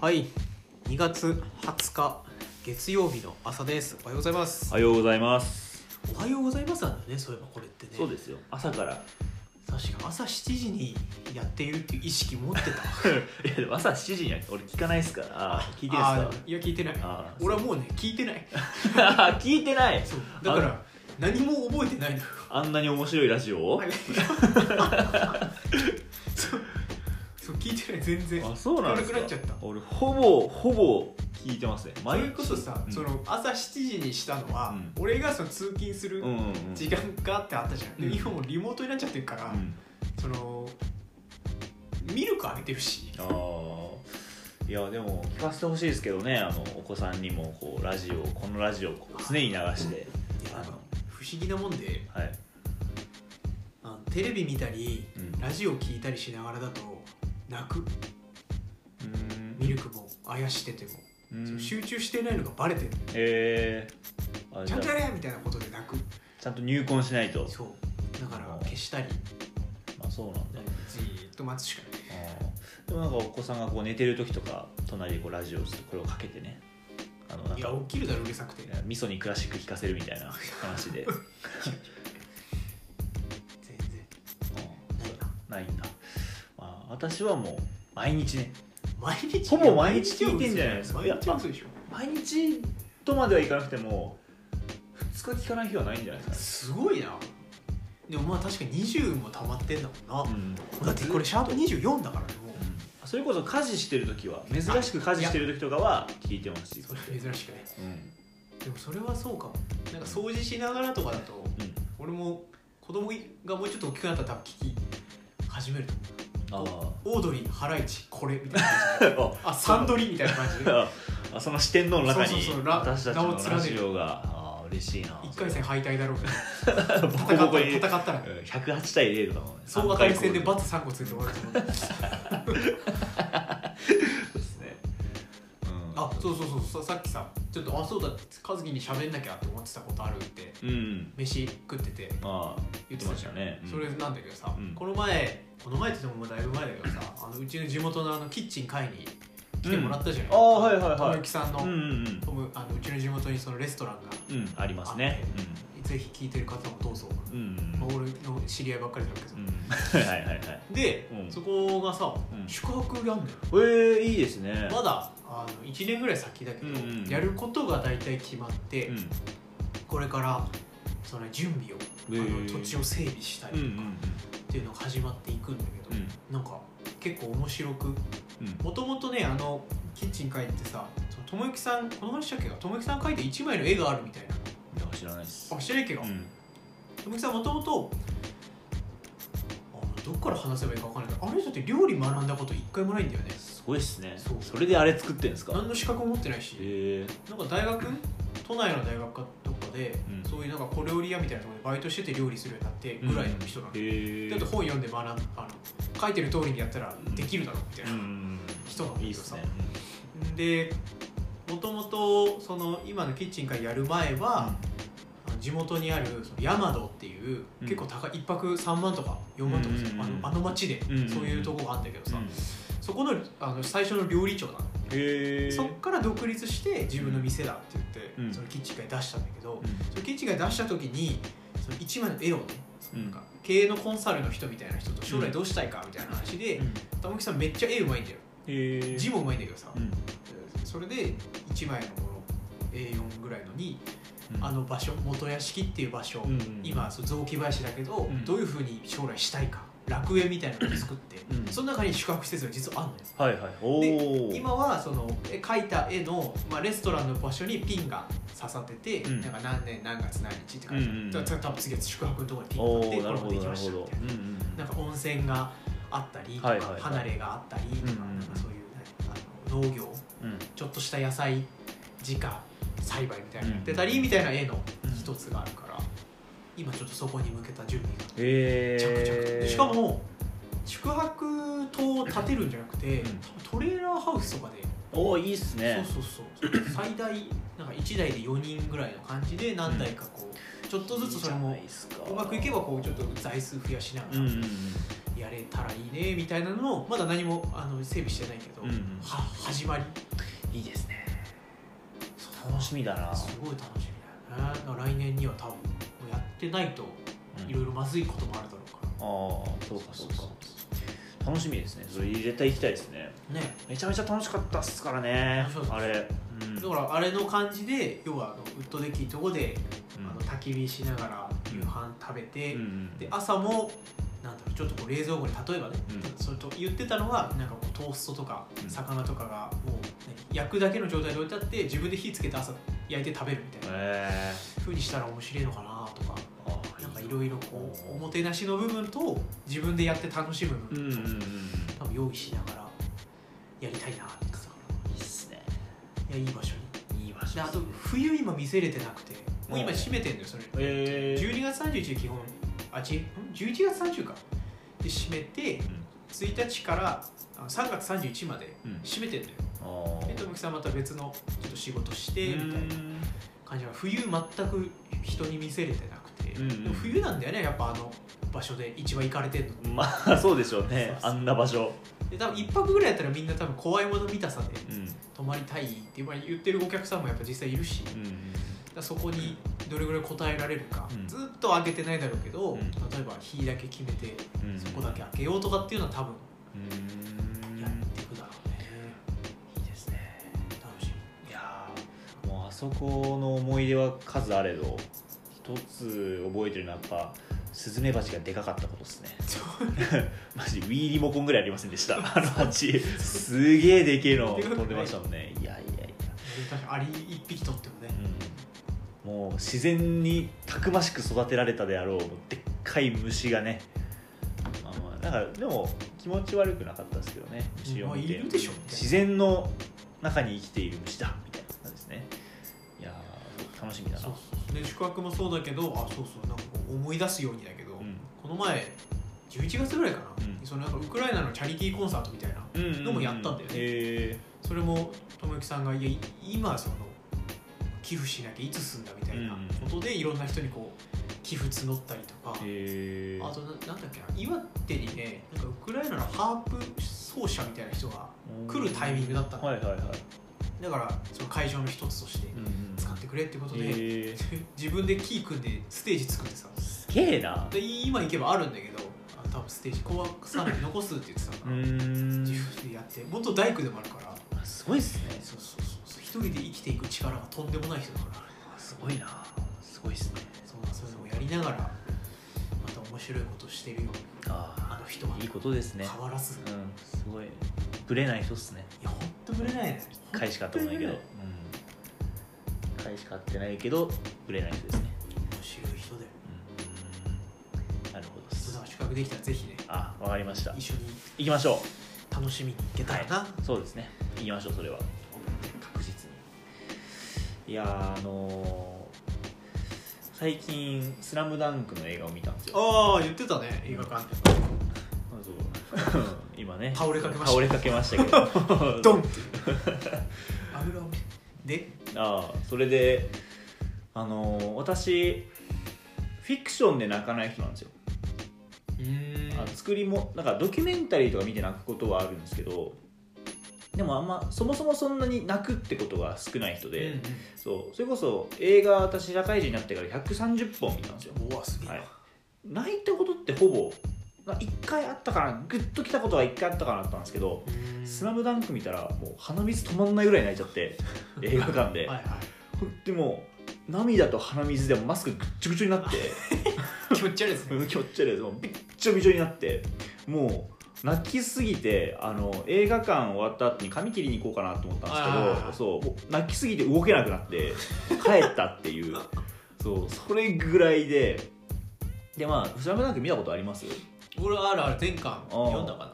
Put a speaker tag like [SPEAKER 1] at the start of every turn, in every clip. [SPEAKER 1] はい、2月20日月曜日の朝です。おはようございます。
[SPEAKER 2] おはようございます、
[SPEAKER 1] おはようございますなんだよね、そういえばこれってね。
[SPEAKER 2] そうですよ朝から
[SPEAKER 1] 確か朝7時にやっている っていう意識持ってた。
[SPEAKER 2] いやでも朝7時には俺聞かないですからあー聞いてない
[SPEAKER 1] あ
[SPEAKER 2] っす
[SPEAKER 1] ーいや聞いてない
[SPEAKER 2] あ。ー
[SPEAKER 1] 俺はもうね聞いてない。
[SPEAKER 2] か 聞いてない
[SPEAKER 1] そうだから何も覚えてないのよ。
[SPEAKER 2] あんなに面白いラジオを、
[SPEAKER 1] はいそうそう聞いてない全然。
[SPEAKER 2] あそうなんですか
[SPEAKER 1] 軽くなっちゃった
[SPEAKER 2] 俺ほぼほぼ聞いてますね
[SPEAKER 1] そ
[SPEAKER 2] 毎
[SPEAKER 1] れこそさ、
[SPEAKER 2] うん
[SPEAKER 1] その朝7時にしたのは、
[SPEAKER 2] うん
[SPEAKER 1] 俺がその通勤する
[SPEAKER 2] うんうんうん
[SPEAKER 1] 時間があってあったじゃん。で
[SPEAKER 2] うん
[SPEAKER 1] 今もうリモートになっちゃってるから。
[SPEAKER 2] うん
[SPEAKER 1] そのミルクあげてるし
[SPEAKER 2] あーいやでも聞かせてほしいですけどねあのお子さんにもこうラジオこのラジオをこう常に流して、
[SPEAKER 1] いやなんか不思議なもんで
[SPEAKER 2] はい、
[SPEAKER 1] あのテレビ見たり
[SPEAKER 2] うん
[SPEAKER 1] ラジオ聞いたりしながらだと泣く
[SPEAKER 2] うん
[SPEAKER 1] ミルクもあやしてても、
[SPEAKER 2] うん
[SPEAKER 1] 集中してないのがバレてる
[SPEAKER 2] えー、あ
[SPEAKER 1] ち
[SPEAKER 2] じ
[SPEAKER 1] ゃ
[SPEAKER 2] ゃ
[SPEAKER 1] ん
[SPEAKER 2] あ
[SPEAKER 1] とやれみたいなことで泣く
[SPEAKER 2] ちゃんと入婚しないと
[SPEAKER 1] そうだから消したり
[SPEAKER 2] あそうなんだ
[SPEAKER 1] じーっと待つしかない
[SPEAKER 2] あーでもなんかお子さんがこう寝てる時とか隣でこうラジオをちょっとこれをかけてねあのなん
[SPEAKER 1] いや
[SPEAKER 2] か
[SPEAKER 1] 起きるだろうるさくて
[SPEAKER 2] 味噌にクラシック聴かせるみた いな話で
[SPEAKER 1] 全然
[SPEAKER 2] うん
[SPEAKER 1] ないな
[SPEAKER 2] ないんだ、まあ、私はもう毎日ね
[SPEAKER 1] 毎日
[SPEAKER 2] ほぼ毎日聞いてんじゃないですか
[SPEAKER 1] 毎日は嘘でしょ
[SPEAKER 2] 毎日とまではいかなくても2日聞かない日はないんじゃないです
[SPEAKER 1] すごいなでもまあ確かに20も溜まってんだも
[SPEAKER 2] か、
[SPEAKER 1] んな、
[SPEAKER 2] ん
[SPEAKER 1] だってこれシャープ24だからねもう
[SPEAKER 2] それこそ家事してる時は珍しく家事してる時とかは聞いてますし
[SPEAKER 1] それは珍しくね
[SPEAKER 2] うん
[SPEAKER 1] でもそれはそうかもなんか掃除しながらとかだと
[SPEAKER 2] うん
[SPEAKER 1] 俺も子供がもうちょっと大きくなったら多分聞き始めると
[SPEAKER 2] あ
[SPEAKER 1] 思う
[SPEAKER 2] ー
[SPEAKER 1] オードリーハライチこれみたいな感 じで あサンドリーみたいな感 じで
[SPEAKER 2] あ あその視点の中に
[SPEAKER 1] そうそうそうラ
[SPEAKER 2] 私たち
[SPEAKER 1] 名を
[SPEAKER 2] の
[SPEAKER 1] 連ねる
[SPEAKER 2] ラジオがあー嬉しいな
[SPEAKER 1] 1回戦敗退だろうけど 戦
[SPEAKER 2] ボコ
[SPEAKER 1] った
[SPEAKER 2] ボコ
[SPEAKER 1] ら
[SPEAKER 2] に
[SPEAKER 1] 戦ったら
[SPEAKER 2] うん108対0とかもね
[SPEAKER 1] 総和解戦でバ
[SPEAKER 2] ッ
[SPEAKER 1] ツ3個ついて終わると思う
[SPEAKER 2] ですね、う ん、
[SPEAKER 1] あそうそうそうそうさっきさちょっとあそうだ和樹に喋んなきゃって思ってたことあるって
[SPEAKER 2] うん
[SPEAKER 1] 飯食ってて
[SPEAKER 2] まあ
[SPEAKER 1] 言っ
[SPEAKER 2] 言ってて
[SPEAKER 1] た
[SPEAKER 2] ま
[SPEAKER 1] じ
[SPEAKER 2] し
[SPEAKER 1] ゃ
[SPEAKER 2] た
[SPEAKER 1] ん
[SPEAKER 2] ねうん
[SPEAKER 1] それなんだけどさ、
[SPEAKER 2] うん
[SPEAKER 1] この前この前って言ってももうだいぶ前だけどさあのうちの地元のあのキッチン買いに来てもらったじゃない、
[SPEAKER 2] うんあーはいはいはい
[SPEAKER 1] ともきさんの,、
[SPEAKER 2] うんうん
[SPEAKER 1] ともあのうちの地元にそのレストランが
[SPEAKER 2] うん、うん、ありますね
[SPEAKER 1] ぜひ聞いてる方もどうぞ、
[SPEAKER 2] うんうん
[SPEAKER 1] まあ俺の知り合いばっかりだけど、
[SPEAKER 2] うんうん はいはいはい
[SPEAKER 1] で、
[SPEAKER 2] う ん
[SPEAKER 1] そこがさ、
[SPEAKER 2] うん
[SPEAKER 1] 宿泊やんのよ
[SPEAKER 2] えー、いいですね
[SPEAKER 1] まだあの1年ぐらい先だけど、
[SPEAKER 2] うんうん
[SPEAKER 1] やることが大体決まって、
[SPEAKER 2] うん
[SPEAKER 1] これからその準備を、あ
[SPEAKER 2] へ
[SPEAKER 1] の
[SPEAKER 2] ー
[SPEAKER 1] 土地を整備した
[SPEAKER 2] うん
[SPEAKER 1] り
[SPEAKER 2] う
[SPEAKER 1] と
[SPEAKER 2] ん
[SPEAKER 1] かっていうのが始まっていくんだけど、
[SPEAKER 2] うん
[SPEAKER 1] なんか結構面白く
[SPEAKER 2] うん
[SPEAKER 1] もともとねあのキッチン会ってさその友之さんこの話したっけが友之さん描いて1枚の絵があるみたい
[SPEAKER 2] いや知らないです
[SPEAKER 1] なあしてないっけど、
[SPEAKER 2] うん
[SPEAKER 1] 友之さんもともとどっから話せばいいか分かんないけどあの人って料理学んだこと一回もないんだよね
[SPEAKER 2] すごいっすね
[SPEAKER 1] そう
[SPEAKER 2] それであれ作ってんですか
[SPEAKER 1] 何の資格も持ってないし、
[SPEAKER 2] え
[SPEAKER 1] なんか大学都内の大学かどっかで、
[SPEAKER 2] うん
[SPEAKER 1] そういうなんか小料理屋みたいなところでバイトしてて料理するようになってぐらいの人なの、
[SPEAKER 2] えー、
[SPEAKER 1] だって本読んで学んあの書いてる通りにやったらできるだろうみたいな、
[SPEAKER 2] うん
[SPEAKER 1] 人なんだけどさ
[SPEAKER 2] いいっすね
[SPEAKER 1] でもともとその今のキッチンからやる前は、あの地元にあるそのヤマドっていう、
[SPEAKER 2] うん
[SPEAKER 1] 結構高い1泊3万とか4万とかする、
[SPEAKER 2] うんうんうん
[SPEAKER 1] あのあの町で
[SPEAKER 2] うんうんうん
[SPEAKER 1] そういうとこがあったけどさ、
[SPEAKER 2] うん
[SPEAKER 1] そこのあの最初の料理長なの、
[SPEAKER 2] へえ
[SPEAKER 1] そっから独立して自分の店だって言って、
[SPEAKER 2] うん
[SPEAKER 1] そのキッチンから出したんだけど、そのキッチンから出した時にその一枚の絵をねそのなんか経営のコンサルの人みたいな人と将来どうしたいかみたいな話で、玉木さんめっちゃ絵うまいんだよ
[SPEAKER 2] へえ
[SPEAKER 1] 字
[SPEAKER 2] 分
[SPEAKER 1] もうまいんだけどさ、
[SPEAKER 2] うん
[SPEAKER 1] それで1枚のこの A4 ぐらいのに、あの場所元屋敷っていう場所、
[SPEAKER 2] うんうん
[SPEAKER 1] 今そう雑木林だけど、
[SPEAKER 2] ん
[SPEAKER 1] どういうふうに将来したいか楽園みたいなのを作って、
[SPEAKER 2] うん
[SPEAKER 1] その中に宿泊施設が実はあるのよ
[SPEAKER 2] はいはいおお
[SPEAKER 1] 今はそのえ描いた絵の、まあ、レストランの場所にピンが刺さってて、
[SPEAKER 2] うん
[SPEAKER 1] なんか何年何月何日って書いてある、
[SPEAKER 2] うんうん
[SPEAKER 1] だから多分次は宿泊のところにピンが
[SPEAKER 2] お
[SPEAKER 1] あって
[SPEAKER 2] お
[SPEAKER 1] こ
[SPEAKER 2] な
[SPEAKER 1] れも
[SPEAKER 2] るほ
[SPEAKER 1] で
[SPEAKER 2] ど
[SPEAKER 1] き
[SPEAKER 2] な
[SPEAKER 1] ま
[SPEAKER 2] る
[SPEAKER 1] した
[SPEAKER 2] ほ
[SPEAKER 1] み
[SPEAKER 2] ど
[SPEAKER 1] たいな
[SPEAKER 2] うんうんうん
[SPEAKER 1] なんか温泉があったりとか、
[SPEAKER 2] はいはいはい
[SPEAKER 1] 離れがあったりとか,、
[SPEAKER 2] うんうん
[SPEAKER 1] なんかそういう、あの農業
[SPEAKER 2] うん
[SPEAKER 1] ちょっとした野菜自家栽培みたいなのやってたりみたいな絵の一つがあるから、今ちょっとそこに向けた準備が
[SPEAKER 2] へ
[SPEAKER 1] 着々と、
[SPEAKER 2] え
[SPEAKER 1] でしかも宿泊棟を建てるんじゃなくて、
[SPEAKER 2] うん
[SPEAKER 1] 多分トレーラーハウスとかで、
[SPEAKER 2] おおいいっすね
[SPEAKER 1] そうそうそう最大なんか1台で4人ぐらいの感じで何台かこう、ちょっとずつそれも
[SPEAKER 2] いいじゃないっすか
[SPEAKER 1] うまくいけばこうちょっと台数増やしなが
[SPEAKER 2] う
[SPEAKER 1] ら
[SPEAKER 2] んうんうん
[SPEAKER 1] ややれたらいいねみたいなのをまだ何もあの整備してないけど、
[SPEAKER 2] うんうん
[SPEAKER 1] は始まりいいですね
[SPEAKER 2] 楽しみだな、
[SPEAKER 1] すごい楽しみだよねだから来年には多分もうやってないと
[SPEAKER 2] うん
[SPEAKER 1] いろいろまずいこともあるだろうから、
[SPEAKER 2] ああそうかそうか楽しみですねそれ絶対行きたいですね
[SPEAKER 1] ね
[SPEAKER 2] めちゃめちゃ楽しかったっすからね
[SPEAKER 1] そうそう
[SPEAKER 2] あれ、うん
[SPEAKER 1] だからあれの感じで要はあのウッドデッキのとこで、
[SPEAKER 2] うん
[SPEAKER 1] あの焚き火しながら夕飯食べて、
[SPEAKER 2] うんうん
[SPEAKER 1] で朝もなんだろうちょっとこう冷蔵庫に例えばね、
[SPEAKER 2] うん
[SPEAKER 1] それと言ってたのはなんかこうトーストとか
[SPEAKER 2] うん
[SPEAKER 1] 魚とかがもう、ね焼くだけの状態で置いてあって自分で火つけて朝焼いて食べるみたいな
[SPEAKER 2] え
[SPEAKER 1] 風にしたら面白いのかなとか
[SPEAKER 2] ー、あー
[SPEAKER 1] なんかいろいろこう
[SPEAKER 2] お
[SPEAKER 1] お
[SPEAKER 2] ー
[SPEAKER 1] もてなしの部分と自分でやって楽しむ
[SPEAKER 2] う
[SPEAKER 1] 部
[SPEAKER 2] んうんうんうん
[SPEAKER 1] 分と多分用意しながらやりたいなって言ってたか
[SPEAKER 2] いいっすね
[SPEAKER 1] らいやいい場所に。
[SPEAKER 2] いい場所
[SPEAKER 1] であと冬今見せれてなくてもう今閉めてんだよそれ
[SPEAKER 2] えー、
[SPEAKER 1] 12月31基本あちん11月30かで閉めて
[SPEAKER 2] うん
[SPEAKER 1] 1日からあ3月31まで
[SPEAKER 2] うん
[SPEAKER 1] 閉めてんだよ
[SPEAKER 2] あー
[SPEAKER 1] で友樹さんまた別のちょっと仕事してみたいな
[SPEAKER 2] うん
[SPEAKER 1] 感じが冬全く人に見せれてなくて、
[SPEAKER 2] うんうん
[SPEAKER 1] でも冬なんだよねやっぱあの場所で一番行かれてんのって
[SPEAKER 2] まあそうでしょうね
[SPEAKER 1] そうそう
[SPEAKER 2] あんな場所、
[SPEAKER 1] で多分1泊ぐらいやったらみんな多分怖いもの見たさで
[SPEAKER 2] うん
[SPEAKER 1] 泊まりたいってまあ言ってるお客さんもやっぱ実際いるし、
[SPEAKER 2] うん
[SPEAKER 1] だからそこにどれぐらい答えられるか、
[SPEAKER 2] うん
[SPEAKER 1] ずっと開けてないだろうけど、
[SPEAKER 2] うん
[SPEAKER 1] 例えば日だけ決めて
[SPEAKER 2] うん、
[SPEAKER 1] そこだけ開けようとかっていうのは多分
[SPEAKER 2] うん
[SPEAKER 1] やっていくだろうね、
[SPEAKER 2] いいですね
[SPEAKER 1] 楽しみいや
[SPEAKER 2] もうあそこの思い出は数あれど一つ覚えてるのはやっぱスズメバチがでかかったことですね
[SPEAKER 1] ーそう
[SPEAKER 2] マジウィーリモコンぐらいありませんでしたあの蜂すげえでけえの
[SPEAKER 1] でかくない
[SPEAKER 2] 飛んでましたもんねいやいやいや、
[SPEAKER 1] 確かにアリ一匹取ってもね、
[SPEAKER 2] うん、もう自然にたくましく育てられたであろうでっかい虫がねまあまあなんかでも気持ち悪くなかったですけどね虫を見て、
[SPEAKER 1] まあいるでしょみたいな
[SPEAKER 2] 自然の中に生きている虫だみたいな感じですねいやー楽しみだな
[SPEAKER 1] そうそうで宿泊もそうだけどあそうそうなんかこう思い出すようにだけど、
[SPEAKER 2] うん
[SPEAKER 1] この前11月ぐらいかな,、
[SPEAKER 2] うん
[SPEAKER 1] そのなんかウクライナのチャリティーコンサートみたいなのもやったんだよね
[SPEAKER 2] へ
[SPEAKER 1] それも友之さんがいやい今その寄付しなきゃいつすんだみたいなことでいろんな人にこう寄付募ったりとか、
[SPEAKER 2] え
[SPEAKER 1] あとななんだっけな岩手にねなんかウクライナのハープ奏者みたいな人が来るタイミングだったの
[SPEAKER 2] はいはいはい
[SPEAKER 1] だからその会場の一つとして使ってくれってことで、
[SPEAKER 2] へー
[SPEAKER 1] 自分でキー組んでステージ作ってさ
[SPEAKER 2] すげえな
[SPEAKER 1] で今行けばあるんだけどあ多分ステージ壊さない残すって言ってた
[SPEAKER 2] う
[SPEAKER 1] から、
[SPEAKER 2] ーん
[SPEAKER 1] 自分でやって元大工でもあるから
[SPEAKER 2] あすごいっすね
[SPEAKER 1] そうそうそうそう一人で生きていく力がとんでもない人だから
[SPEAKER 2] あすごいなすごいっすね
[SPEAKER 1] そうだそういうのをやりながらまた面白いことしてるよあ
[SPEAKER 2] あ
[SPEAKER 1] の人は
[SPEAKER 2] ーいいことですね
[SPEAKER 1] 変わらず、
[SPEAKER 2] う
[SPEAKER 1] い
[SPEAKER 2] んすごいぶれない人っすね
[SPEAKER 1] やほんとぶれないね
[SPEAKER 2] 一回しか会ってないけ
[SPEAKER 1] ほ
[SPEAKER 2] ど
[SPEAKER 1] ん
[SPEAKER 2] うん
[SPEAKER 1] と
[SPEAKER 2] 一回しか会ってないけどぶれない人ですね
[SPEAKER 1] ぶれない面白い人で
[SPEAKER 2] うんなるほどっす
[SPEAKER 1] だから宿泊できたらぜひね
[SPEAKER 2] あわかりました
[SPEAKER 1] 一緒に
[SPEAKER 2] 行きましょ
[SPEAKER 1] 楽しみに行けたらな、
[SPEAKER 2] うそうですね行きましょうそれは確実にいやーあのー最近「スラムダンクの映画を見たんですよ
[SPEAKER 1] ああ言ってたね映画館で
[SPEAKER 2] そう今ね
[SPEAKER 1] 倒れかけました
[SPEAKER 2] 倒れかけましたけど
[SPEAKER 1] ドンって油をで
[SPEAKER 2] ああそれであのー私フィクションで泣かない人なんですよ、
[SPEAKER 1] うーん
[SPEAKER 2] あの作りもなんかドキュメンタリーとか見て泣くことはあるんですけどでもあんまそもそもそんなに泣くってことが少ない人で、
[SPEAKER 1] うん
[SPEAKER 2] そうそれこそ映画私社会人になってから130本見たんですよ
[SPEAKER 1] うん、うわすげえな、
[SPEAKER 2] はい泣いたことってほぼまあ一回あったかなグッときたことは一回あったかなあったんですけど
[SPEAKER 1] うー
[SPEAKER 2] 「
[SPEAKER 1] ん
[SPEAKER 2] スラムダンク見たらもう鼻水止まんないぐらい泣いちゃって映画館で、
[SPEAKER 1] はいは
[SPEAKER 2] でもう涙と鼻水でもうマスクぐっちょぐちょになって
[SPEAKER 1] い気持ち悪いですね
[SPEAKER 2] うんきょっちゃりですもうびっちょびちょになってもう泣きすぎてあの映画館終わった後に髪切りに行こうかなと思ったんですけ
[SPEAKER 1] はいはいはいは
[SPEAKER 2] ど
[SPEAKER 1] い
[SPEAKER 2] そうもう泣きすぎて動けなくなって帰ったっていうそうそれぐらいででまあ「スラムダンク見たことあります
[SPEAKER 1] 俺あるある前回読んだかな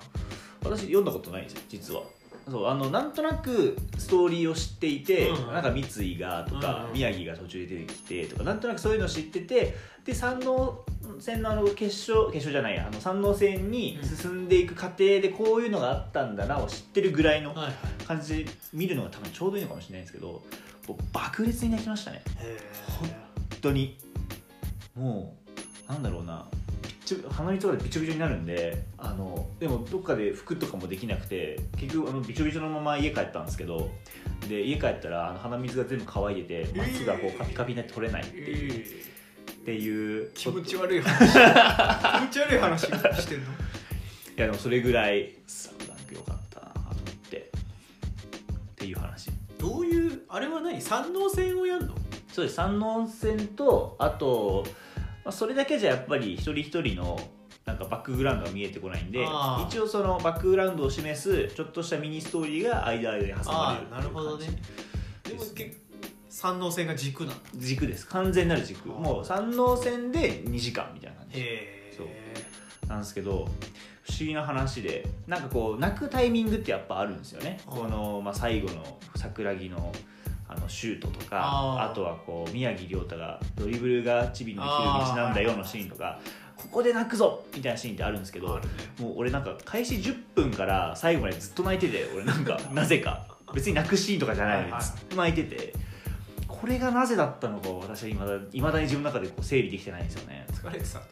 [SPEAKER 2] 私読んだことないんですよ実はそうあのなんとなくストーリーを知っていて、
[SPEAKER 1] うん
[SPEAKER 2] なんか三井がとか、
[SPEAKER 1] うん
[SPEAKER 2] 宮城が途中で出てきてとかなんとなくそういうのを知っててで山王戦のあの決勝決勝じゃないやあの山王戦に進んでいく過程でこういうのがあったんだなを知ってるぐらいの
[SPEAKER 1] はいはい
[SPEAKER 2] 感じで見るのが多分ちょうどいいのかもしれないんですけどもう爆裂に泣きましたね
[SPEAKER 1] へ
[SPEAKER 2] 本当にもうなんだろうなびっちょ鼻水とかでびちょびちょになるんであのでもどっかで服とかもできなくて結局あのびちょびちょのまま家帰ったんですけどで家帰ったらあの鼻水が全部乾いてて松がこうカピカピになって取れないっていう,、っていう
[SPEAKER 1] 気持ち悪い話気持ち悪い話してるの
[SPEAKER 2] いやでもそれぐらいサウナ良かったなと思ってっていう話
[SPEAKER 1] どういうあれは何三能線をやるの
[SPEAKER 2] そうです三能線とあと、まあ、それだけじゃやっぱり一人一人のなんかバックグラウンドが見えてこないんで
[SPEAKER 1] あー
[SPEAKER 2] 一応そのバックグラウンドを示すちょっとしたミニストーリーが間々に挟ま
[SPEAKER 1] あ
[SPEAKER 2] れる
[SPEAKER 1] あなるほどね
[SPEAKER 2] ってい
[SPEAKER 1] で
[SPEAKER 2] う感
[SPEAKER 1] も
[SPEAKER 2] ですね
[SPEAKER 1] 結三能線が軸なの
[SPEAKER 2] じ軸です完全なる軸
[SPEAKER 1] あー
[SPEAKER 2] もう三能線で2時間みたいな感じ
[SPEAKER 1] へ
[SPEAKER 2] そう
[SPEAKER 1] え
[SPEAKER 2] なんですけど不思議な話でなんかこう泣くタイミングってやっぱあるんですよね
[SPEAKER 1] あー
[SPEAKER 2] この、まあ、最後の桜木のあのシュートとか
[SPEAKER 1] あー
[SPEAKER 2] あとはこう宮城亮太がドリブルがチビの生きる道なんだよのシーンとかここで泣くぞみたいなシーンってあるんですけど
[SPEAKER 1] あるね
[SPEAKER 2] もう俺なんか開始10分から最後までずっと泣いてて俺な んかなぜか別に泣くシーンとかじゃない
[SPEAKER 1] は
[SPEAKER 2] のに
[SPEAKER 1] いはい
[SPEAKER 2] ずっと泣いててこれがなぜだったのかを私はいまだ未だに自分の中でこう整理できてないんですよね
[SPEAKER 1] 疲れてた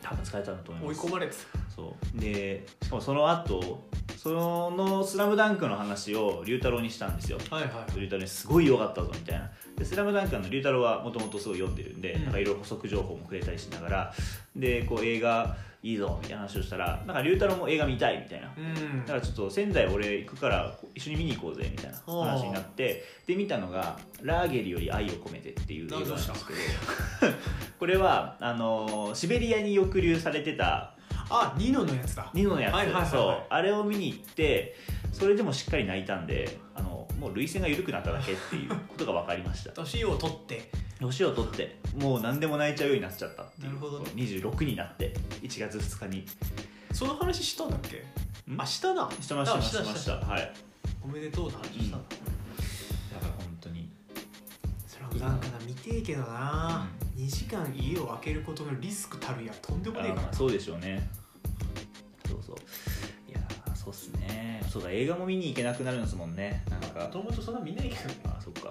[SPEAKER 2] 多分疲れたんだと思い
[SPEAKER 1] 追
[SPEAKER 2] ま
[SPEAKER 1] い
[SPEAKER 2] す
[SPEAKER 1] 込まれてた
[SPEAKER 2] そうでしかもその後その「スラムダンクの話を龍太郎にしたんですよ
[SPEAKER 1] はいは
[SPEAKER 2] 龍太郎にすごい良かったぞみたいな「でスラムダンクの龍太郎はもともとすごい読んでるんで、
[SPEAKER 1] うん
[SPEAKER 2] なんかいろいろ補足情報もくれたりしながらでこう映画いいぞみたいな話をしたらなんか龍太郎も映画見たいみたいな
[SPEAKER 1] うん
[SPEAKER 2] だからちょっと仙台俺行くから一緒に見に行こうぜみたいな話になってで見たのが「ラーゲリより愛を込めて」っていう映画なんですけど
[SPEAKER 1] どう
[SPEAKER 2] これはあのーシベリアに抑留されてた
[SPEAKER 1] あニノのやつだ
[SPEAKER 2] ニノのやつ、
[SPEAKER 1] はいはいはいはい
[SPEAKER 2] そうあれを見に行ってそれでもしっかり泣いたんであのもう涙腺が緩くなっただけっていうことが分かり ました
[SPEAKER 1] 年を取って
[SPEAKER 2] 年を取ってもう何でも泣いちゃうようになっちゃったっていう
[SPEAKER 1] なるほどね
[SPEAKER 2] 26になって1月2日に
[SPEAKER 1] その話したんだっけ
[SPEAKER 2] ん
[SPEAKER 1] あしたな
[SPEAKER 2] してました
[SPEAKER 1] あ
[SPEAKER 2] してましたはいだか
[SPEAKER 1] おめでとうの話したな
[SPEAKER 2] ら本当に
[SPEAKER 1] それはなんかな見てえけどな2時間家を空けることのリスクたるやとんでもねえ
[SPEAKER 2] あ
[SPEAKER 1] か
[SPEAKER 2] まあ
[SPEAKER 1] ら
[SPEAKER 2] そうでしょうねそうそういやーそうっすねそうだ映画も見に行けなくなるんですもんねなんか
[SPEAKER 1] もとそんな見ないけどね
[SPEAKER 2] あそっか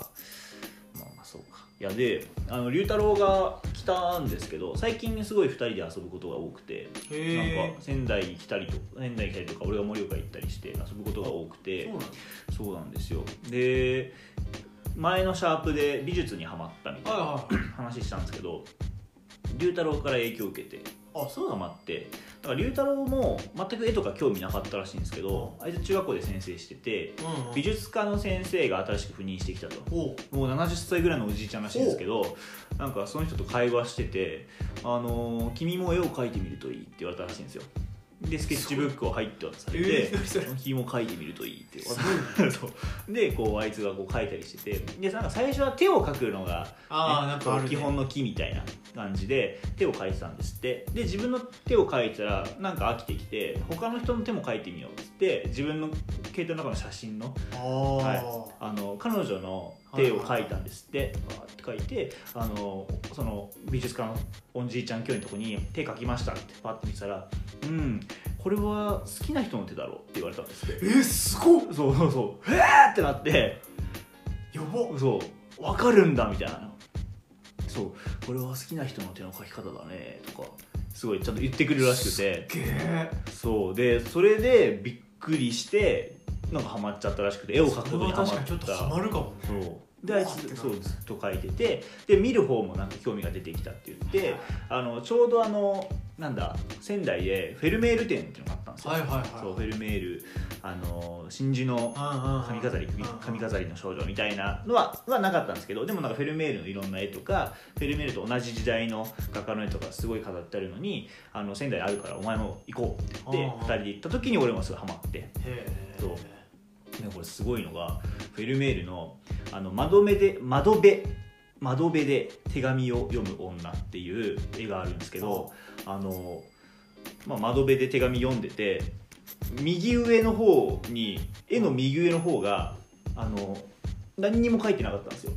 [SPEAKER 2] まあまあそうかいやであの龍太郎が来たんですけど最近すごい2人で遊ぶことが多くてなん
[SPEAKER 1] へ
[SPEAKER 2] か仙台に来たりと仙台に来たりとか俺が盛岡行ったりして遊ぶことが多く
[SPEAKER 1] え
[SPEAKER 2] て
[SPEAKER 1] そうなん
[SPEAKER 2] そうなんですよで前のシャープで美術にはまったみた
[SPEAKER 1] だ
[SPEAKER 2] いな
[SPEAKER 1] はいはいはい
[SPEAKER 2] 話したんですけど龍太郎から影響を受けて
[SPEAKER 1] あそう
[SPEAKER 2] ハ
[SPEAKER 1] なの
[SPEAKER 2] マってだから龍太郎も全く絵とか興味なかったらしいんですけどあいつ中学校で先生してて
[SPEAKER 1] うんうん
[SPEAKER 2] 美術科の先生が新しく赴任してきたと
[SPEAKER 1] おう
[SPEAKER 2] もう70歳ぐらいのおじいちゃんらしいんですけどなんかその人と会話してて「あのー君も絵を描いてみるといい」って言われたらしいんですよでスケッチブックを入って渡されて
[SPEAKER 1] えーそれ
[SPEAKER 2] 「君も描いてみるといい」って言われた そうでこうあいつがこう描いたりしててでなんか最初は手を描くのが
[SPEAKER 1] ああ
[SPEAKER 2] ね
[SPEAKER 1] なんかあるね
[SPEAKER 2] 基本の木みたいな感じで手を描いてたんですってで自分の手を描いてたらなんか飽きてきて他の人の手も描いてみようっつって自分の携帯の中の写真の
[SPEAKER 1] あ
[SPEAKER 2] は
[SPEAKER 1] あ
[SPEAKER 2] あの彼女の手を描いたんですって、わーって書いてあのその美術館のおじいちゃん教員のとこに「手描きました」ってパッて見たら「うんこれは好きな人の手だろ」って言われたんですって
[SPEAKER 1] えすごっ
[SPEAKER 2] そうそうそう「えー!」ってなって
[SPEAKER 1] やば
[SPEAKER 2] そう分かるんだみたいなそうこれは好きな人の手の描き方だねとかすごいちゃんと言ってくれるらしくて
[SPEAKER 1] すっげえ
[SPEAKER 2] そうでそれでびっくりしてなんかハマっちゃったらしくて絵を描く
[SPEAKER 1] そ
[SPEAKER 2] こ
[SPEAKER 1] れ
[SPEAKER 2] とに
[SPEAKER 1] は
[SPEAKER 2] ハ
[SPEAKER 1] 確
[SPEAKER 2] マった
[SPEAKER 1] かにちょっとハマるかもね
[SPEAKER 2] そうであい
[SPEAKER 1] わーってな
[SPEAKER 2] つ
[SPEAKER 1] る
[SPEAKER 2] そうずっと書いててで見る方もなんか興味が出てきたって言ってあのちょうどあのなんだ仙台でフェルメール展っていうのがあったんですよ、
[SPEAKER 1] はいはいはい
[SPEAKER 2] そうフェルメールあの真珠の
[SPEAKER 1] 髪
[SPEAKER 2] 髪飾り髪飾りの少女みたいなのははなかったんですけどでもなんかフェルメールのいろんな絵とかフェルメールと同じ時代の画家の絵とかすごい飾ってあるのにあの仙台あるからお前も行こうって言っ
[SPEAKER 1] あー
[SPEAKER 2] て2人で行った時に俺もすごいハマって
[SPEAKER 1] へえ
[SPEAKER 2] そうね、これすごいのがフェルメールの「あの窓辺で窓辺窓辺で手紙を読む女」っていう絵があるんですけどあの、まあ、窓辺で手紙読んでて右上の方に絵の右上の方があの何にも書いてなかったんですよ。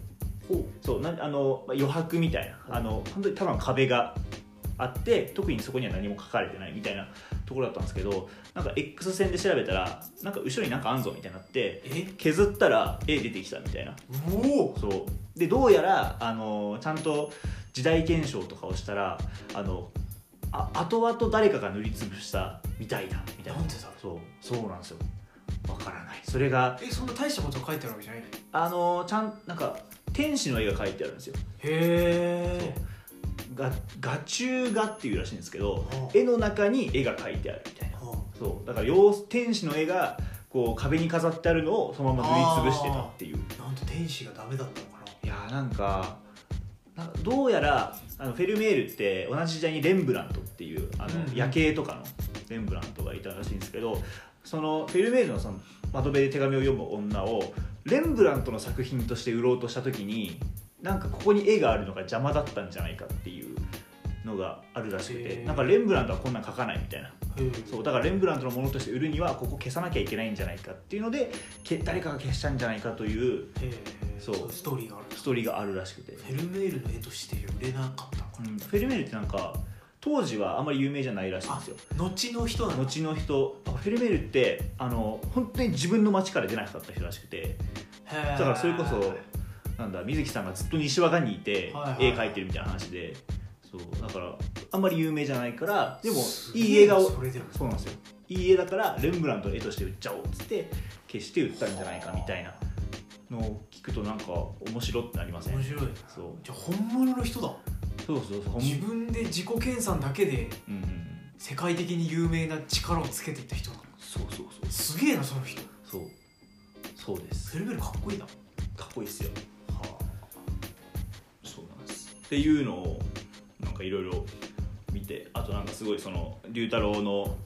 [SPEAKER 1] ほ
[SPEAKER 2] そうなあのまあ余白みたいなあの本当にただの壁があって特にそこには何も書かれてないみたいなところだったんですけどなんか X 線で調べたらなんか後ろになんかあんぞみたいになって
[SPEAKER 1] うえ
[SPEAKER 2] 削ったら絵出てきたみたいな
[SPEAKER 1] おお
[SPEAKER 2] そうでどうやらあのちゃんと時代検証とかをしたらあのあ後々誰かが塗りつぶしたみたいだみたいな
[SPEAKER 1] なんでだろう
[SPEAKER 2] そうそうなんですよわからないそれが
[SPEAKER 1] えそんな大したこと書いてあるわけじゃないへ
[SPEAKER 2] あのちゃんなんか天使の絵が描いてあるんですよ
[SPEAKER 1] え
[SPEAKER 2] が画中画っていうらしいんですけど
[SPEAKER 1] はあ
[SPEAKER 2] 絵の中に絵が描いてあるみたいな
[SPEAKER 1] は
[SPEAKER 2] そうだから妖天使の絵がこう壁に飾ってあるのをそのまま塗りつぶしてたっていう
[SPEAKER 1] あなんと天使がダメだったのかない
[SPEAKER 2] やーなんかなんかどうやらあのフェルメールって同じ時代にレンブラントっていうあの
[SPEAKER 1] うん
[SPEAKER 2] 夜景とかのレンブラントがいたらしいんですけどそのフェルメールのその窓辺で手紙を読む女をレンブラントの作品として売ろうとした時になんかここに絵があるのが邪魔だったんじゃないかっていうのがあるらしく
[SPEAKER 1] へ
[SPEAKER 2] て
[SPEAKER 1] ー
[SPEAKER 2] なんかレンブラントはこんなん描かないみたいな
[SPEAKER 1] へ
[SPEAKER 2] そうだからレンブラントのものとして売るにはここ消さなきゃいけないんじゃないかっていうのでけ誰かが消したんじゃないかという
[SPEAKER 1] え
[SPEAKER 2] そう
[SPEAKER 1] ストーリーがあるんだ
[SPEAKER 2] ストーリーがあるらしくて
[SPEAKER 1] フェルメールの絵として売れなかったのか
[SPEAKER 2] う
[SPEAKER 1] なん
[SPEAKER 2] フェルメールってなんか当時はあんまり有名じゃないらしいん
[SPEAKER 1] あ
[SPEAKER 2] ですよ
[SPEAKER 1] 後の人なの
[SPEAKER 2] 後の人あフェルメールってあの本当に自分の町から出なかった人らしくて
[SPEAKER 1] だ
[SPEAKER 2] だからそれこそなんだ水木さんがずっと西和賀にいて
[SPEAKER 1] はいはい
[SPEAKER 2] 絵描いてるみたいな話でそうだからあんまり有名じゃないからでも
[SPEAKER 1] すげえ
[SPEAKER 2] いい映画を
[SPEAKER 1] それでも
[SPEAKER 2] そうなんですよいい絵だからレンブラントの絵として売っちゃおうっつって消して売ったんじゃないかみたいなのを聞くとなんか面白ってなりません
[SPEAKER 1] 面白いな
[SPEAKER 2] そう
[SPEAKER 1] じゃあ本物の人だ
[SPEAKER 2] そうそうそうほん
[SPEAKER 1] 自分で自己研鑽だけで
[SPEAKER 2] うんうんうん
[SPEAKER 1] 世界的に有名な力をつけていった人だ
[SPEAKER 2] そうそうそう
[SPEAKER 1] すげえなその人
[SPEAKER 2] そうそうです
[SPEAKER 1] フェルメールかっこいいな
[SPEAKER 2] かっこいいですよそうなんですっていうのをなんかいろいろ見てあとなんかすごいその龍太郎の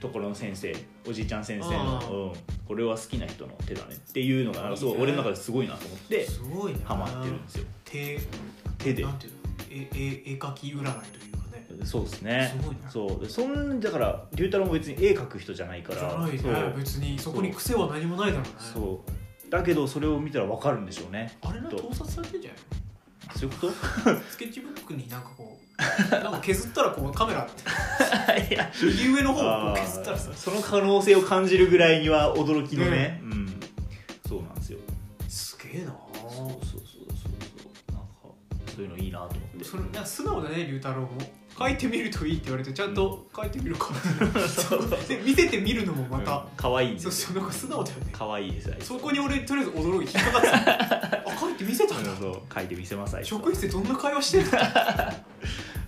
[SPEAKER 2] ところの先生おじいちゃん先生
[SPEAKER 1] あー
[SPEAKER 2] の、うん、これは好きな人の手だねっていうのがなんかすごい
[SPEAKER 1] いいね
[SPEAKER 2] 俺の中ですごいなと思って
[SPEAKER 1] すごいね
[SPEAKER 2] ハマってるんですよ
[SPEAKER 1] 手
[SPEAKER 2] 手で
[SPEAKER 1] なんていうのええ絵描き占いというかね
[SPEAKER 2] そうですね
[SPEAKER 1] すごいな
[SPEAKER 2] そうでそんだから龍太郎も別に絵描く人じゃないから
[SPEAKER 1] じゃないね
[SPEAKER 2] そう
[SPEAKER 1] 別にそこに癖は何もないだろうね
[SPEAKER 2] そうだけどそれを見たら分かるんでしょうね
[SPEAKER 1] あれな
[SPEAKER 2] きっと
[SPEAKER 1] 盗撮されてんじゃない
[SPEAKER 2] そういうこと
[SPEAKER 1] のスケッチブックになんかこうなんか削ったらこうカメラ
[SPEAKER 2] いや
[SPEAKER 1] 右上の方をこう
[SPEAKER 2] あー
[SPEAKER 1] 削ったらさ
[SPEAKER 2] その可能性を感じるぐらいには驚きのね、うん、そうなんですよ
[SPEAKER 1] すげえな
[SPEAKER 2] そうそうそうそうそうなんかそういうのいいなと思って
[SPEAKER 1] それなんか素直だね龍太郎も書いてみるといいって言われてちゃんと書いてみるからそうで見せてみるのもまた、
[SPEAKER 2] うん可愛いんです
[SPEAKER 1] そうそう
[SPEAKER 2] よ
[SPEAKER 1] なんか素直だよね
[SPEAKER 2] 可愛いですあいつ
[SPEAKER 1] そこに俺とりあえず驚き引っかかってたあ書いて見せたんだ
[SPEAKER 2] うんそう書いてみせますあいつ
[SPEAKER 1] 職員室でどんな会話してるんだ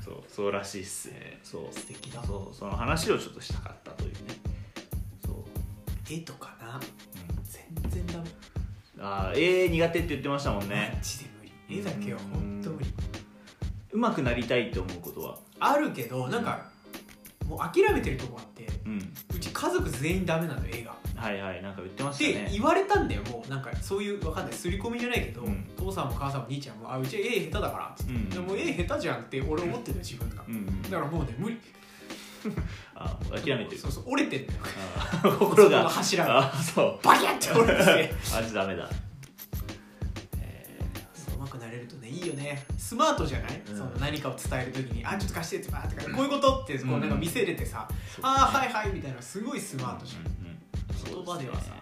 [SPEAKER 2] そうそうらしいっすねそう
[SPEAKER 1] 素敵だ
[SPEAKER 2] そうその話をちょっとしたかったというねそう、
[SPEAKER 1] 絵とかな
[SPEAKER 2] う
[SPEAKER 1] 全然ダメ
[SPEAKER 2] ん、あー絵苦手って言ってましたもん
[SPEAKER 1] マ
[SPEAKER 2] ね
[SPEAKER 1] ジで無理絵だけは本当無理
[SPEAKER 2] うまくなりたいって思うことは
[SPEAKER 1] あるけどなんかもう諦めてるとこあって
[SPEAKER 2] うん
[SPEAKER 1] うち家族全員ダメなの絵が
[SPEAKER 2] はいはいなんか言ってま
[SPEAKER 1] っ
[SPEAKER 2] した
[SPEAKER 1] て
[SPEAKER 2] ね
[SPEAKER 1] 言われたんだよもうなんかそういうわかんない刷り込みじゃないけど、
[SPEAKER 2] うん
[SPEAKER 1] 父さんも母さんも兄ちゃんもあうち絵下手だからっつって、
[SPEAKER 2] うん
[SPEAKER 1] でも絵下手じゃんって俺思ってるよ自分が、
[SPEAKER 2] うんうん
[SPEAKER 1] だからもうね無理
[SPEAKER 2] あー諦めてる
[SPEAKER 1] そうそう折れてんだよ
[SPEAKER 2] あー 心
[SPEAKER 1] そこ
[SPEAKER 2] が
[SPEAKER 1] の柱が
[SPEAKER 2] あーそう
[SPEAKER 1] バキャって折れて
[SPEAKER 2] あじダメだえ
[SPEAKER 1] そううまくなれるとねいいよねスマートじゃない、
[SPEAKER 2] うん
[SPEAKER 1] その何かを伝える時に「あちょっと貸して」ってバーってこういうことってこうなんか見せれてさ「
[SPEAKER 2] そう
[SPEAKER 1] ああはいはい」みたいなすごいスマートじゃん、
[SPEAKER 2] うんうん
[SPEAKER 1] 言葉ではさ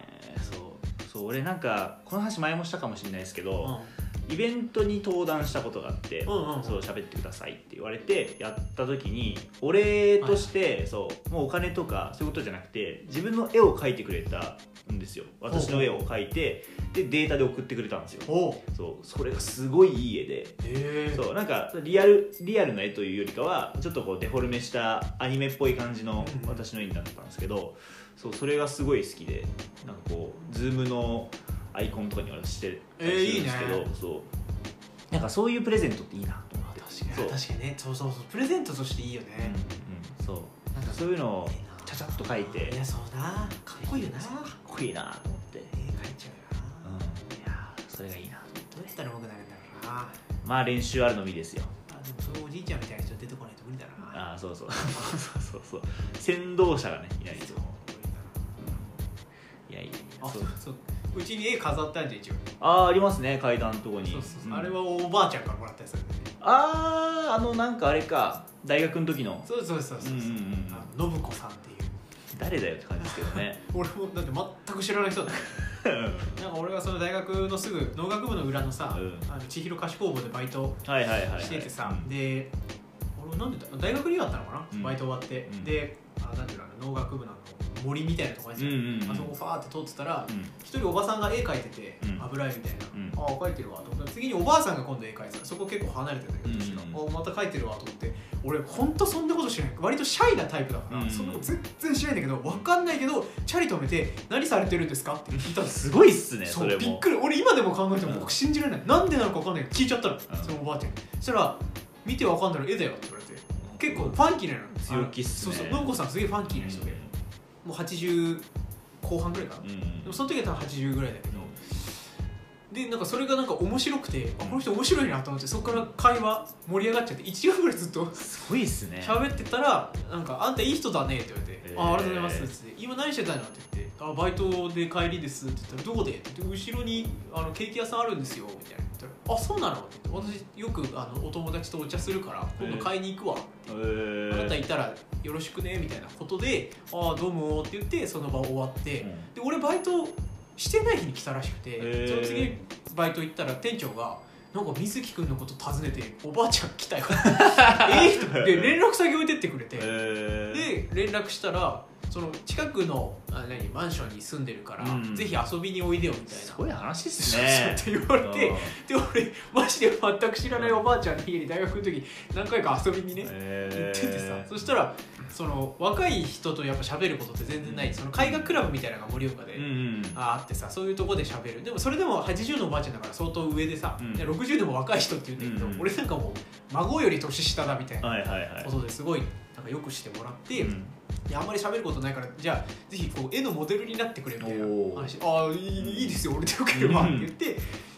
[SPEAKER 2] そうそう俺なんかこの話前もしたかもしれないですけ
[SPEAKER 1] うん
[SPEAKER 2] ど、イベントに登壇したことがあって、
[SPEAKER 1] うんうん
[SPEAKER 2] そう喋ってくださいって言われてやった時にお礼として、そうもうお金とかそういうことじゃなくて自分の絵を描いてくれたんですよ私の絵を描いてでデータで送ってくれたんですよ
[SPEAKER 1] おう
[SPEAKER 2] そうそれがすごいいい絵で
[SPEAKER 1] へえ
[SPEAKER 2] そうなんかリアルリアルな絵というよりかはちょっとこうデフォルメしたアニメっぽい感じの
[SPEAKER 1] うん
[SPEAKER 2] 私の絵になったんですけどそうそれがすごい好きでなんかこうズームのアイコンとかに私してたりするんですけど、
[SPEAKER 1] えーいいね
[SPEAKER 2] そうなんかそういうプレゼントっていいなと思って
[SPEAKER 1] 確かに
[SPEAKER 2] そう,、
[SPEAKER 1] 確かにねそうそうそうプレゼントとしていいよね、
[SPEAKER 2] うんうんそう
[SPEAKER 1] なんか
[SPEAKER 2] そういうのを
[SPEAKER 1] いいな
[SPEAKER 2] ちゃちゃっと描いて
[SPEAKER 1] いやそうなかっこいいよな絵
[SPEAKER 2] そうかっこいいなと思って、うん、い
[SPEAKER 1] 描いちゃうよな、
[SPEAKER 2] やーそれがいいな
[SPEAKER 1] どうやったら上手くなるんだろうなあ
[SPEAKER 2] まあ練習あるのみですよ
[SPEAKER 1] でもそういうおじいちゃんみたいな人出てこないと無理だな
[SPEAKER 2] ああそうそう そうそうそう先導者がねいないと
[SPEAKER 1] そう無理だ
[SPEAKER 2] いやいやいや
[SPEAKER 1] なあそ
[SPEAKER 2] そ
[SPEAKER 1] ううそううちに絵飾ってあるじゃん一応
[SPEAKER 2] あーありますね階段のとこに
[SPEAKER 1] そうそうそう、
[SPEAKER 2] ん
[SPEAKER 1] あれはおばあちゃんからもらったやつなんだよね
[SPEAKER 2] あああのなんかあれか大学の時の
[SPEAKER 1] そうそうそうそうそう
[SPEAKER 2] うんうんうん
[SPEAKER 1] あの信子さんっていう
[SPEAKER 2] 誰だよって感じですけど ね
[SPEAKER 1] 俺もだって全く知らない人だったなんか俺がその大学のすぐ農学部の裏のさ、
[SPEAKER 2] うん
[SPEAKER 1] あの千尋菓子工房でバイト
[SPEAKER 2] はいはいはい、はい、
[SPEAKER 1] しててさ、
[SPEAKER 2] うん
[SPEAKER 1] で俺なんでだ大学にだったのかな、
[SPEAKER 2] うん
[SPEAKER 1] バイト終わって、
[SPEAKER 2] うん
[SPEAKER 1] であなんていうのあの農学部のあの森みたいなとこあるじゃん、
[SPEAKER 2] うんうんうん
[SPEAKER 1] あそこファーって通ってたら
[SPEAKER 2] うん
[SPEAKER 1] 一人おばさんが絵描いてて、
[SPEAKER 2] うん
[SPEAKER 1] 油絵みたいな、
[SPEAKER 2] うん
[SPEAKER 1] ああ描いてるわと思って次におばあさんが今度絵描いてたそこ結構離れてたけど私が、
[SPEAKER 2] うん
[SPEAKER 1] あまた描いてるわと思って俺ほんとそんなことしない割とシャイなタイプだから、
[SPEAKER 2] うん
[SPEAKER 1] そんなこと全然しないんだけど分かんないけどチャリ止めて「何されてるんですか?」って聞いたんです
[SPEAKER 2] すごいっすね
[SPEAKER 1] そ
[SPEAKER 2] そうれ
[SPEAKER 1] びっ
[SPEAKER 2] も
[SPEAKER 1] くり俺今でも考えても
[SPEAKER 2] うん
[SPEAKER 1] 僕信じられない、なんでなのか分かんないけど聞いちゃったの、そのおばあちゃんにそしたら「見て分かんないの絵だよ」って言われて結構ファンキーなの
[SPEAKER 2] 強気っすね
[SPEAKER 1] あのそうそうのんこさんすげえファンキーな人で、もう80後半ぐらいかな、
[SPEAKER 2] うん
[SPEAKER 1] でもその時は多分80ぐらいだけどでなんかそれがなんか面白くてあこの人面白いなと思ってそこから会話盛り上がっちゃって1時間ぐらいずっと
[SPEAKER 2] すごいっすね
[SPEAKER 1] 喋ってたら「なんかあんたいい人だね」って言われて「
[SPEAKER 2] へー
[SPEAKER 1] あありがとうございます」って言って「今何してたの?」って言って「あバイトで帰りです」って言ったら「どこで?」って言って「後ろにあのケーキ屋さんあるんですよ」みたいな言ったら「あそうなの?」って言って「私よくあのお友達とお茶するから今度買いに行くわ」
[SPEAKER 2] え
[SPEAKER 1] あなた
[SPEAKER 2] ー
[SPEAKER 1] いたらよろしくねみたいなことで「ああどうも」って言ってその場終わって、で俺バイトしてない日に来たらしくて、
[SPEAKER 2] へー
[SPEAKER 1] その次バイト行ったら店長が「なんか水木君のこと訪ねておばあちゃん 来たよ」えっと思ってで連絡先置いてってくれて、
[SPEAKER 2] えー
[SPEAKER 1] で連絡したらその近くのあ何マンションに住んでるから、
[SPEAKER 2] うん
[SPEAKER 1] ぜひ遊びにおいでよみたい
[SPEAKER 2] す
[SPEAKER 1] な。
[SPEAKER 2] ごい話っす
[SPEAKER 1] そう
[SPEAKER 2] ね
[SPEAKER 1] そうって言われ てで俺マジで全く知らないおばあちゃんの家に大学の時何回か遊びにね言
[SPEAKER 2] 言
[SPEAKER 1] っててさ、そしたらその若い人とやっぱ喋ることって全然ない、その絵画クラブみたいなのが盛岡で、
[SPEAKER 2] うんうん
[SPEAKER 1] ああってさそういうとこで喋るでもそれでも80のおばあちゃんだから相当上でさ、
[SPEAKER 2] うん
[SPEAKER 1] で60でも若い人って言うんだけど、
[SPEAKER 2] うん
[SPEAKER 1] 俺なんかもう孫より年下だみたいな
[SPEAKER 2] はいはいはい
[SPEAKER 1] ことですごいなんかよくしてもらって、
[SPEAKER 2] うん
[SPEAKER 1] であんまり喋ることないからじゃあぜひこう絵のモデルになってくれみたいな話ああいいいいですよ俺でよければっ
[SPEAKER 2] う
[SPEAKER 1] て
[SPEAKER 2] ん
[SPEAKER 1] 言って、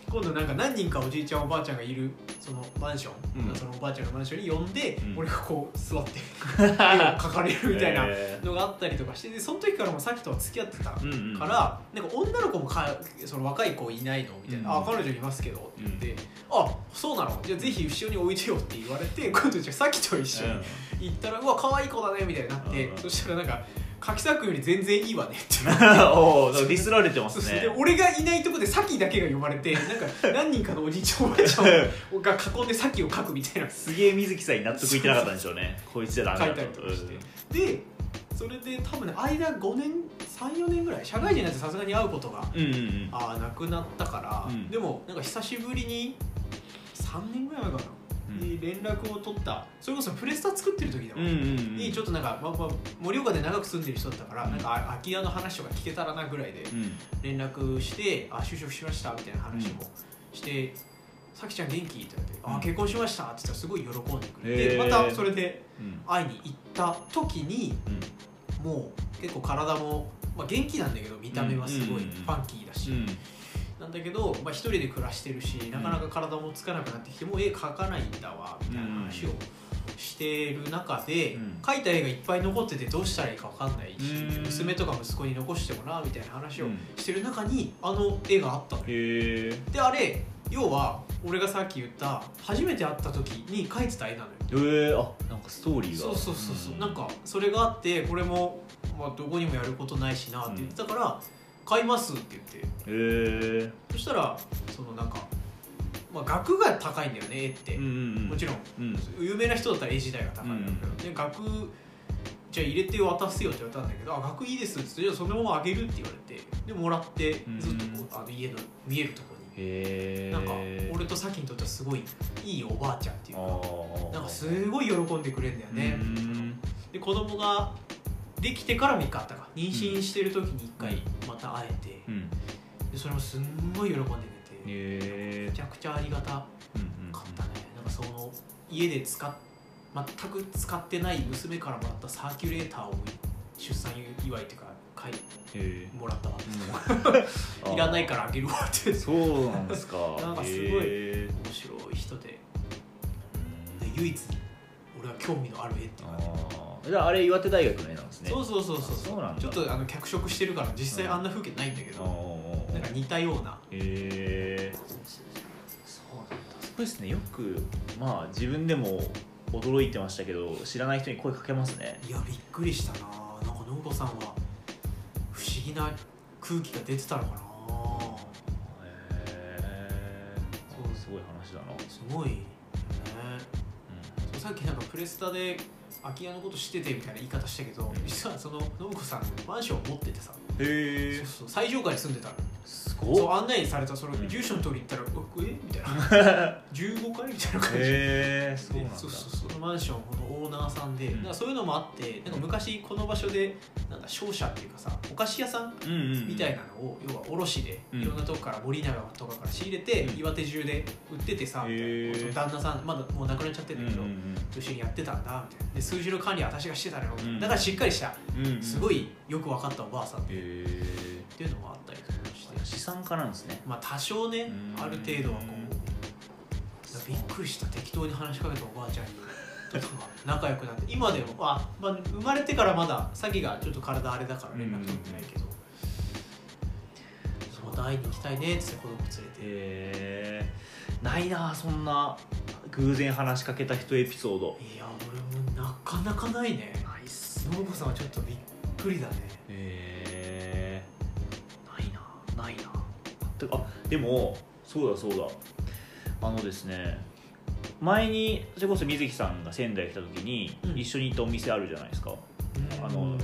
[SPEAKER 1] 今度なんか何人かおじいちゃんおばあちゃんがいるそのマンション、
[SPEAKER 2] うん
[SPEAKER 1] そのおばあちゃんのマンションに呼んで、
[SPEAKER 2] うん
[SPEAKER 1] 俺がこう座って 絵を描かれるみたいな
[SPEAKER 2] え
[SPEAKER 1] のがあったりとかしてでその時からもさっきとは付き合ってたか
[SPEAKER 2] ーうんうん
[SPEAKER 1] ら、なんか女の子もかその若い子いないのみたいな「
[SPEAKER 2] うん
[SPEAKER 1] あ彼女いますけど」って言って「
[SPEAKER 2] う
[SPEAKER 1] あそうなのじゃあぜひ後ろに置いてよ」って言われて今度じゃあさっきと一緒に
[SPEAKER 2] うん
[SPEAKER 1] 行ったら「うわ可愛い子だね」みたいになって、
[SPEAKER 2] うん
[SPEAKER 1] そしたらなんか「柿作より全然いいわね」 ってなって
[SPEAKER 2] おーなんかディスられてま
[SPEAKER 1] そう
[SPEAKER 2] す
[SPEAKER 1] そう
[SPEAKER 2] ね
[SPEAKER 1] で俺がいないとこでサキだけが呼ばれ てなんか何人かのおじいちゃんおばあちゃんが囲んでサキを書くみたいな
[SPEAKER 2] すげえ水木さんに納得いってなかったんでしょうねこいつじゃダメだ
[SPEAKER 1] 書いたりとかしてでそれで多分ね間5年34年ぐらい社会人になってさすがに会うことが
[SPEAKER 2] うんうんうん
[SPEAKER 1] あーなくなったから、
[SPEAKER 2] うん
[SPEAKER 1] でもなんか久しぶりに3年ぐらい前かな、
[SPEAKER 2] うん
[SPEAKER 1] に連絡を取ったそれこそプレスタ作ってる時だも
[SPEAKER 2] うん
[SPEAKER 1] ん
[SPEAKER 2] うん
[SPEAKER 1] にちょっとなんか、まあまあ、盛岡で長く住んでる人だったから、
[SPEAKER 2] うん
[SPEAKER 1] なんかあ空き家の話とか聞けたらなぐらいで
[SPEAKER 2] うん
[SPEAKER 1] 連絡して「あ就職しました」みたいな話もして「さきちゃん元気?」って言われて「
[SPEAKER 2] う
[SPEAKER 1] あ
[SPEAKER 2] ん
[SPEAKER 1] 結婚しました」って言ったらすごい喜んでくれて、
[SPEAKER 2] へー
[SPEAKER 1] またそれで
[SPEAKER 2] うん
[SPEAKER 1] 会いに行った時に
[SPEAKER 2] うん
[SPEAKER 1] もう結構体も、まあ、元気なんだけど見た目はすごい
[SPEAKER 2] うんうんうん
[SPEAKER 1] ファンキーだし、
[SPEAKER 2] うん
[SPEAKER 1] なんだけど、まあ、一人で暮らしてるしなかなか体もつかなくなってきてもう絵描かないんだわみたいな話をしてる中で、
[SPEAKER 2] うん
[SPEAKER 1] 描いた絵がいっぱい残っててどうしたらいいか分かんないし、
[SPEAKER 2] うん
[SPEAKER 1] 娘とか息子に残してもなみたいな話を
[SPEAKER 2] うん
[SPEAKER 1] してる中にあの絵があったのよ。
[SPEAKER 2] へえ
[SPEAKER 1] であれ要は俺がさっき言った初めて会った時に描いてた絵なのよ。
[SPEAKER 2] えー、あなんかストーリーが
[SPEAKER 1] そうそうそうそう、なんかそれがあってこれも、まあ、どこにもやることないしなって言ってたから、買いますって言って
[SPEAKER 2] へえー、
[SPEAKER 1] そしたらそのなんか、まあ、額が高いんだよね絵って、
[SPEAKER 2] うんうんうん
[SPEAKER 1] もちろん
[SPEAKER 2] ろん、うん、
[SPEAKER 1] 有名な人だったら絵自体が高いんだけど、で額じゃあ入れて渡すよって言われたんだけど「あ額いいです」っつって「じゃあそのままあげる」って言われてでもらって
[SPEAKER 2] うん
[SPEAKER 1] ずっとこうあの家の見えるところに、
[SPEAKER 2] へえ
[SPEAKER 1] なんか俺とさきにとってはすごいいいおばあちゃんっていうか
[SPEAKER 2] あ
[SPEAKER 1] なんかすごい喜んでくれるんだよね、
[SPEAKER 2] うん
[SPEAKER 1] で子供ができてから3日あったか妊娠してる時に1回また会えて、
[SPEAKER 2] うん
[SPEAKER 1] でそれもすんごい喜んでくれて、
[SPEAKER 2] へえ
[SPEAKER 1] めちゃくちゃありがたか
[SPEAKER 2] うんうん
[SPEAKER 1] ったね、なんかその家で使っ全く使ってない娘からもらったサーキュレーターを出産祝いっていうか買い
[SPEAKER 2] へ
[SPEAKER 1] もらったわ
[SPEAKER 2] え
[SPEAKER 1] いらないからあげるわって面
[SPEAKER 2] そうなんですか
[SPEAKER 1] なんかすごい
[SPEAKER 2] へー
[SPEAKER 1] 白い人でで唯一俺は興味のある絵っていうか
[SPEAKER 2] あーじゃああれ岩手大学の絵なんですね
[SPEAKER 1] そうそうそうそう
[SPEAKER 2] あそうなんだ
[SPEAKER 1] ちょっとあの脚色してるから実際あんな風景ないんだけ
[SPEAKER 2] あー
[SPEAKER 1] ど、なんか似たような
[SPEAKER 2] へえ
[SPEAKER 1] そうなんだ
[SPEAKER 2] すごいですねよくまあ自分でも驚いてましたけど知らない人に声かけますね
[SPEAKER 1] いやびっくりしたななんかのんこさんは不思議な空気が出てたのかな
[SPEAKER 2] へえ
[SPEAKER 1] そう
[SPEAKER 2] すごい話だな、
[SPEAKER 1] すごいね
[SPEAKER 2] う
[SPEAKER 1] さっきなんかプレスタで空き家のこと知っててみたいな言い方したけど実はその信子さんマンションを持っててさ
[SPEAKER 2] へ
[SPEAKER 1] そうそう最上階に住んでたの
[SPEAKER 2] す
[SPEAKER 1] そう
[SPEAKER 2] ごっ
[SPEAKER 1] 案内されたその
[SPEAKER 2] うん
[SPEAKER 1] 住所の通り行ったら「うわえみたいな 15階みたいな感じで
[SPEAKER 2] へえそうなんだ
[SPEAKER 1] そうそうそうそのマンションのオーナーさんで、
[SPEAKER 2] うん
[SPEAKER 1] なんかそういうのもあってなんか昔この場所でなんだ商社っていうかさお菓子屋さん
[SPEAKER 2] うんうんうん
[SPEAKER 1] みたいなのを要は卸で
[SPEAKER 2] うん
[SPEAKER 1] いろんなとこから森永とかから仕入れて
[SPEAKER 2] うん
[SPEAKER 1] 岩手中で売っててさ
[SPEAKER 2] へ
[SPEAKER 1] みたいな
[SPEAKER 2] ー
[SPEAKER 1] その旦那さんまだもう亡くなっちゃって
[SPEAKER 2] うんん
[SPEAKER 1] だ
[SPEAKER 2] う
[SPEAKER 1] けど
[SPEAKER 2] ん
[SPEAKER 1] と一緒にやってたんだみたいなで数字の管理は私がしてたのよみたいな
[SPEAKER 2] うん
[SPEAKER 1] だからしっかりした
[SPEAKER 2] うんうんうん
[SPEAKER 1] すごいよく分かったおばあさんっ
[SPEAKER 2] へえ
[SPEAKER 1] ていうのもあったりとかして
[SPEAKER 2] 資産家なんですね
[SPEAKER 1] まあ多少ね
[SPEAKER 2] うん
[SPEAKER 1] ある程度はこうびっくりした適当に話しかけたおばあちゃんに。とか仲良くなって今でもあ、まあ、生まれてからまだ詐欺がちょっと体あれだから連絡取ってないけど、そうまた会いに行きたいねっつって子供連れて
[SPEAKER 2] へえないなそんな偶然話しかけた人エピソード
[SPEAKER 1] いや俺もなかなかないね
[SPEAKER 2] ないっす
[SPEAKER 1] 信子さんはちょっとびっくりだね
[SPEAKER 2] へえないなないなてかあでもそうだそうだあのですね前にそれこそ水木さんが仙台来た時に
[SPEAKER 1] うん
[SPEAKER 2] 一緒に行ったお店あるじゃないですか、あの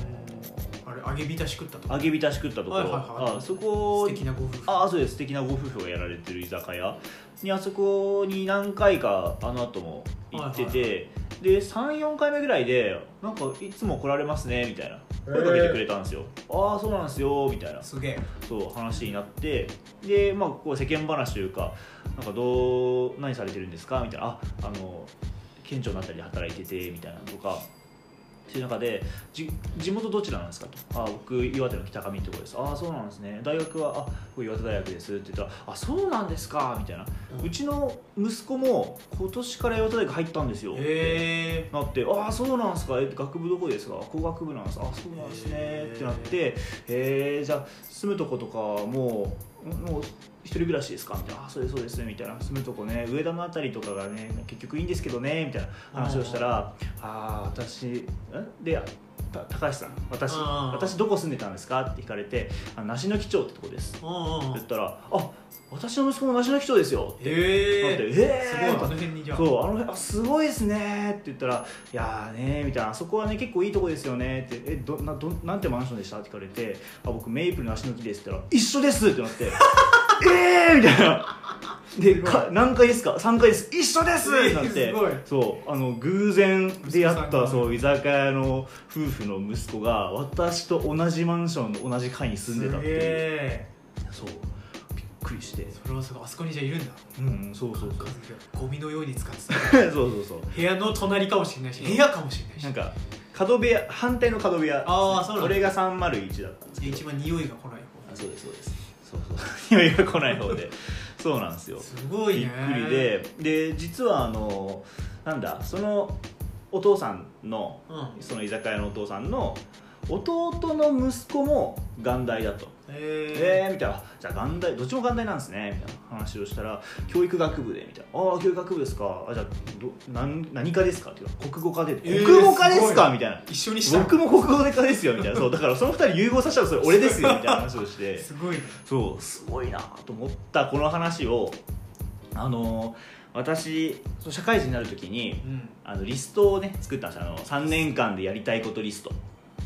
[SPEAKER 1] あれ揚げ浸し食ったと
[SPEAKER 2] 揚げ浸し食ったところ、
[SPEAKER 1] はいはいはい
[SPEAKER 2] あそこ
[SPEAKER 1] 素敵なご夫婦
[SPEAKER 2] ああそうです素敵なご夫婦がやられてる居酒屋にあそこに何回かあの後も行ってて、
[SPEAKER 1] は
[SPEAKER 2] で34回目ぐらいで「なんかいつも来られますね」みたいな声かけてくれたんですよ「ああそうなんですよ」みたいな
[SPEAKER 1] すげえ
[SPEAKER 2] そう話になってでまあこう世間話というか「なんかどう何されてるんですか?」みたいな「ああの県庁のあたりで働いてて」みたいなのとか。っていう中でじ地元どちらなんですかと「あ僕岩手の北上ってとこです」「ああそうなんですね大学はあ僕岩手大学です」って言ったら「あそうなんですか」みたいな、う
[SPEAKER 1] うん
[SPEAKER 2] ちの息子も今年から岩手大学入ったんですよ」
[SPEAKER 1] へえ
[SPEAKER 2] なって「ああそうなんすかえ学部どこですか工学部なんですあそうなんですね
[SPEAKER 1] へ」ー
[SPEAKER 2] ってなって「えー、じゃあ住むとことかもうんもう一人暮らしですか?」みたいな「あーそうですそうです」みたいな「住むとこね上田のあたりとかがね結局いいんですけどね」みたいな話をしたら「ああー私んでた高橋さん私
[SPEAKER 1] あー
[SPEAKER 2] 私どこ住んでたんですか?」って聞かれて「あ梨の木町ってとこです」
[SPEAKER 1] うんうんう
[SPEAKER 2] 言っ
[SPEAKER 1] ん
[SPEAKER 2] たら「あ私の息子も梨の木町ですよ」ってなって「
[SPEAKER 1] へえ
[SPEAKER 2] え
[SPEAKER 1] す
[SPEAKER 2] ー!」
[SPEAKER 1] ごいあの辺にじゃあ
[SPEAKER 2] そうあの辺あすごいですねって言ったら「いやーね」みたいな「あそこはね結構いいとこですよね」って「えどなどなんてマンションでした?」って聞かれて「あ僕メイプルの足の木です」って言ったら「一緒です」って なって「えー!」みたいな。でか何回ですか3回です一緒ですってなっ
[SPEAKER 1] えー
[SPEAKER 2] て
[SPEAKER 1] すごい
[SPEAKER 2] そうあの偶然出会
[SPEAKER 1] 息子
[SPEAKER 2] っ
[SPEAKER 1] さん
[SPEAKER 2] た
[SPEAKER 1] が
[SPEAKER 2] そう居酒屋の夫婦の息子が私と同じマンションの同じ階に住んでたって
[SPEAKER 1] すげ
[SPEAKER 2] いう
[SPEAKER 1] え
[SPEAKER 2] そうびっくりして
[SPEAKER 1] それはすごいあそこにじゃあいるんだ
[SPEAKER 2] うんそうそう そう
[SPEAKER 1] ゴミのように使ってた
[SPEAKER 2] そうそうそう
[SPEAKER 1] 部屋の隣かもしれないし部屋かもしれないし
[SPEAKER 2] なんか角部屋反対の角部屋
[SPEAKER 1] あーそうなんだ
[SPEAKER 2] これが301だったんですけど
[SPEAKER 1] 一番匂いが来ない
[SPEAKER 2] あそうですそうですそう そう匂いが来ない 方でそうなんですよ
[SPEAKER 1] 方すごい
[SPEAKER 2] び
[SPEAKER 1] ね
[SPEAKER 2] っくりでで実はあのなんだそのお父さんの
[SPEAKER 1] うん
[SPEAKER 2] その居酒屋のお父さんの弟の息子も元大だと
[SPEAKER 1] え
[SPEAKER 2] えー、みたいな「じゃあ元大どっちも元大なんですね」みたいな話をしたら「教育学部で」みたいな「ああ教育学部ですかあじゃあど何何科ですか?」っていうか「国語科で」
[SPEAKER 1] えー
[SPEAKER 2] 国語科ですか?」
[SPEAKER 1] すごい
[SPEAKER 2] みたいな
[SPEAKER 1] ー、一緒にした
[SPEAKER 2] 僕も国語科ですよみたいなそうだからその2人融合させたらそれ俺ですよみたいな話を して
[SPEAKER 1] すごいね
[SPEAKER 2] そうすごいなと思ったこの話をあのー私そう社会人になる時に
[SPEAKER 1] うん
[SPEAKER 2] あのリストをね作ったんですあの3年間でやりたいことリスト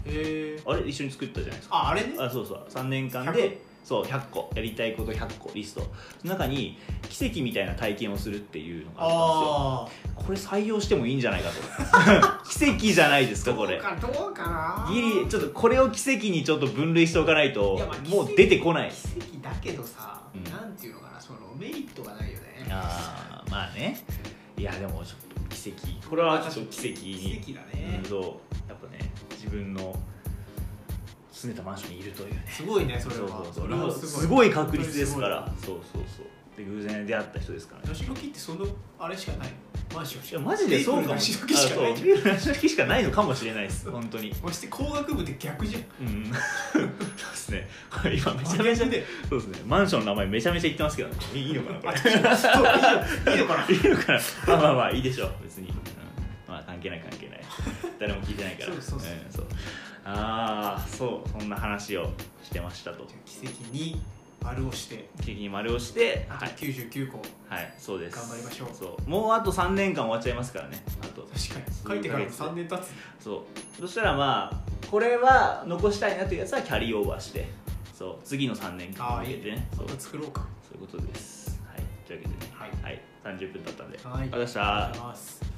[SPEAKER 1] えー、
[SPEAKER 2] あれ一緒に作ったじゃないですか
[SPEAKER 1] ああれね
[SPEAKER 2] あそうそう3年間でそう100個やりたいこと100個リストその中に奇跡みたいな体験をするっていうのが
[SPEAKER 1] あ
[SPEAKER 2] あったんですよこれ採用してもいいんじゃないかと 奇跡じゃないですかこれ
[SPEAKER 1] あどうかどうかな
[SPEAKER 2] ギリちょっとこれを奇跡にちょっと分類しておかないと
[SPEAKER 1] いやまあ奇跡
[SPEAKER 2] もう出てこない
[SPEAKER 1] 奇跡だけどさ、
[SPEAKER 2] うん
[SPEAKER 1] なんていうのかなそのメリットがないよね
[SPEAKER 2] あーまあねいやでもちょっと奇跡これはちょっと奇跡に
[SPEAKER 1] 奇跡だね
[SPEAKER 2] うん、そうやっぱね自分の住んでたマンションにいるというね
[SPEAKER 1] すごいねそ
[SPEAKER 2] そ
[SPEAKER 1] れ
[SPEAKER 2] う
[SPEAKER 1] は
[SPEAKER 2] そう
[SPEAKER 1] れ
[SPEAKER 2] そう
[SPEAKER 1] は
[SPEAKER 2] すごい確率ですからそうそうそうで偶然出会った人ですからね
[SPEAKER 1] ヤシロキってそのあれしかないマンションし
[SPEAKER 2] い
[SPEAKER 1] か
[SPEAKER 2] や
[SPEAKER 1] ない
[SPEAKER 2] マジでそうかも
[SPEAKER 1] ヤシ
[SPEAKER 2] し
[SPEAKER 1] ロ
[SPEAKER 2] れ
[SPEAKER 1] キ
[SPEAKER 2] ない
[SPEAKER 1] しかない
[SPEAKER 2] あそうビールの話しかないのかもしれないです本当に
[SPEAKER 1] まして工学部って逆じゃん
[SPEAKER 2] うん そうですねこれ今めちゃめちゃ
[SPEAKER 1] で
[SPEAKER 2] そうですねマンションの名前めちゃめちゃ言ってますけどねいいいいのかなこれ
[SPEAKER 1] いいのかない
[SPEAKER 2] いのかなまあまあまあいいでしょう別に、うんまあ関係ない関係 ない誰も聞いてないか
[SPEAKER 1] そ
[SPEAKER 2] ら
[SPEAKER 1] うそうそうん
[SPEAKER 2] そうああそうそんな話をしてましたと
[SPEAKER 1] じゃあ奇跡に丸をして
[SPEAKER 2] 景気に丸をして
[SPEAKER 1] あと
[SPEAKER 2] はい、
[SPEAKER 1] 99個、
[SPEAKER 2] はい、そうです
[SPEAKER 1] 頑張りましょう
[SPEAKER 2] そうもうあと3年間終わっちゃいますからねあと
[SPEAKER 1] 確かに書いてからも3年経つ
[SPEAKER 2] そうそしたらまあこれは残したいなというやつはキャリーオーバーしてそう次の3年
[SPEAKER 1] あ
[SPEAKER 2] 間
[SPEAKER 1] あい
[SPEAKER 2] に向
[SPEAKER 1] い
[SPEAKER 2] けてね
[SPEAKER 1] ま
[SPEAKER 2] そう
[SPEAKER 1] た作ろうか
[SPEAKER 2] そういうことですはいというわけでね
[SPEAKER 1] はい
[SPEAKER 2] はい、30分経ったんで、
[SPEAKER 1] はい
[SPEAKER 2] ありがとうございました
[SPEAKER 1] ありがとうございます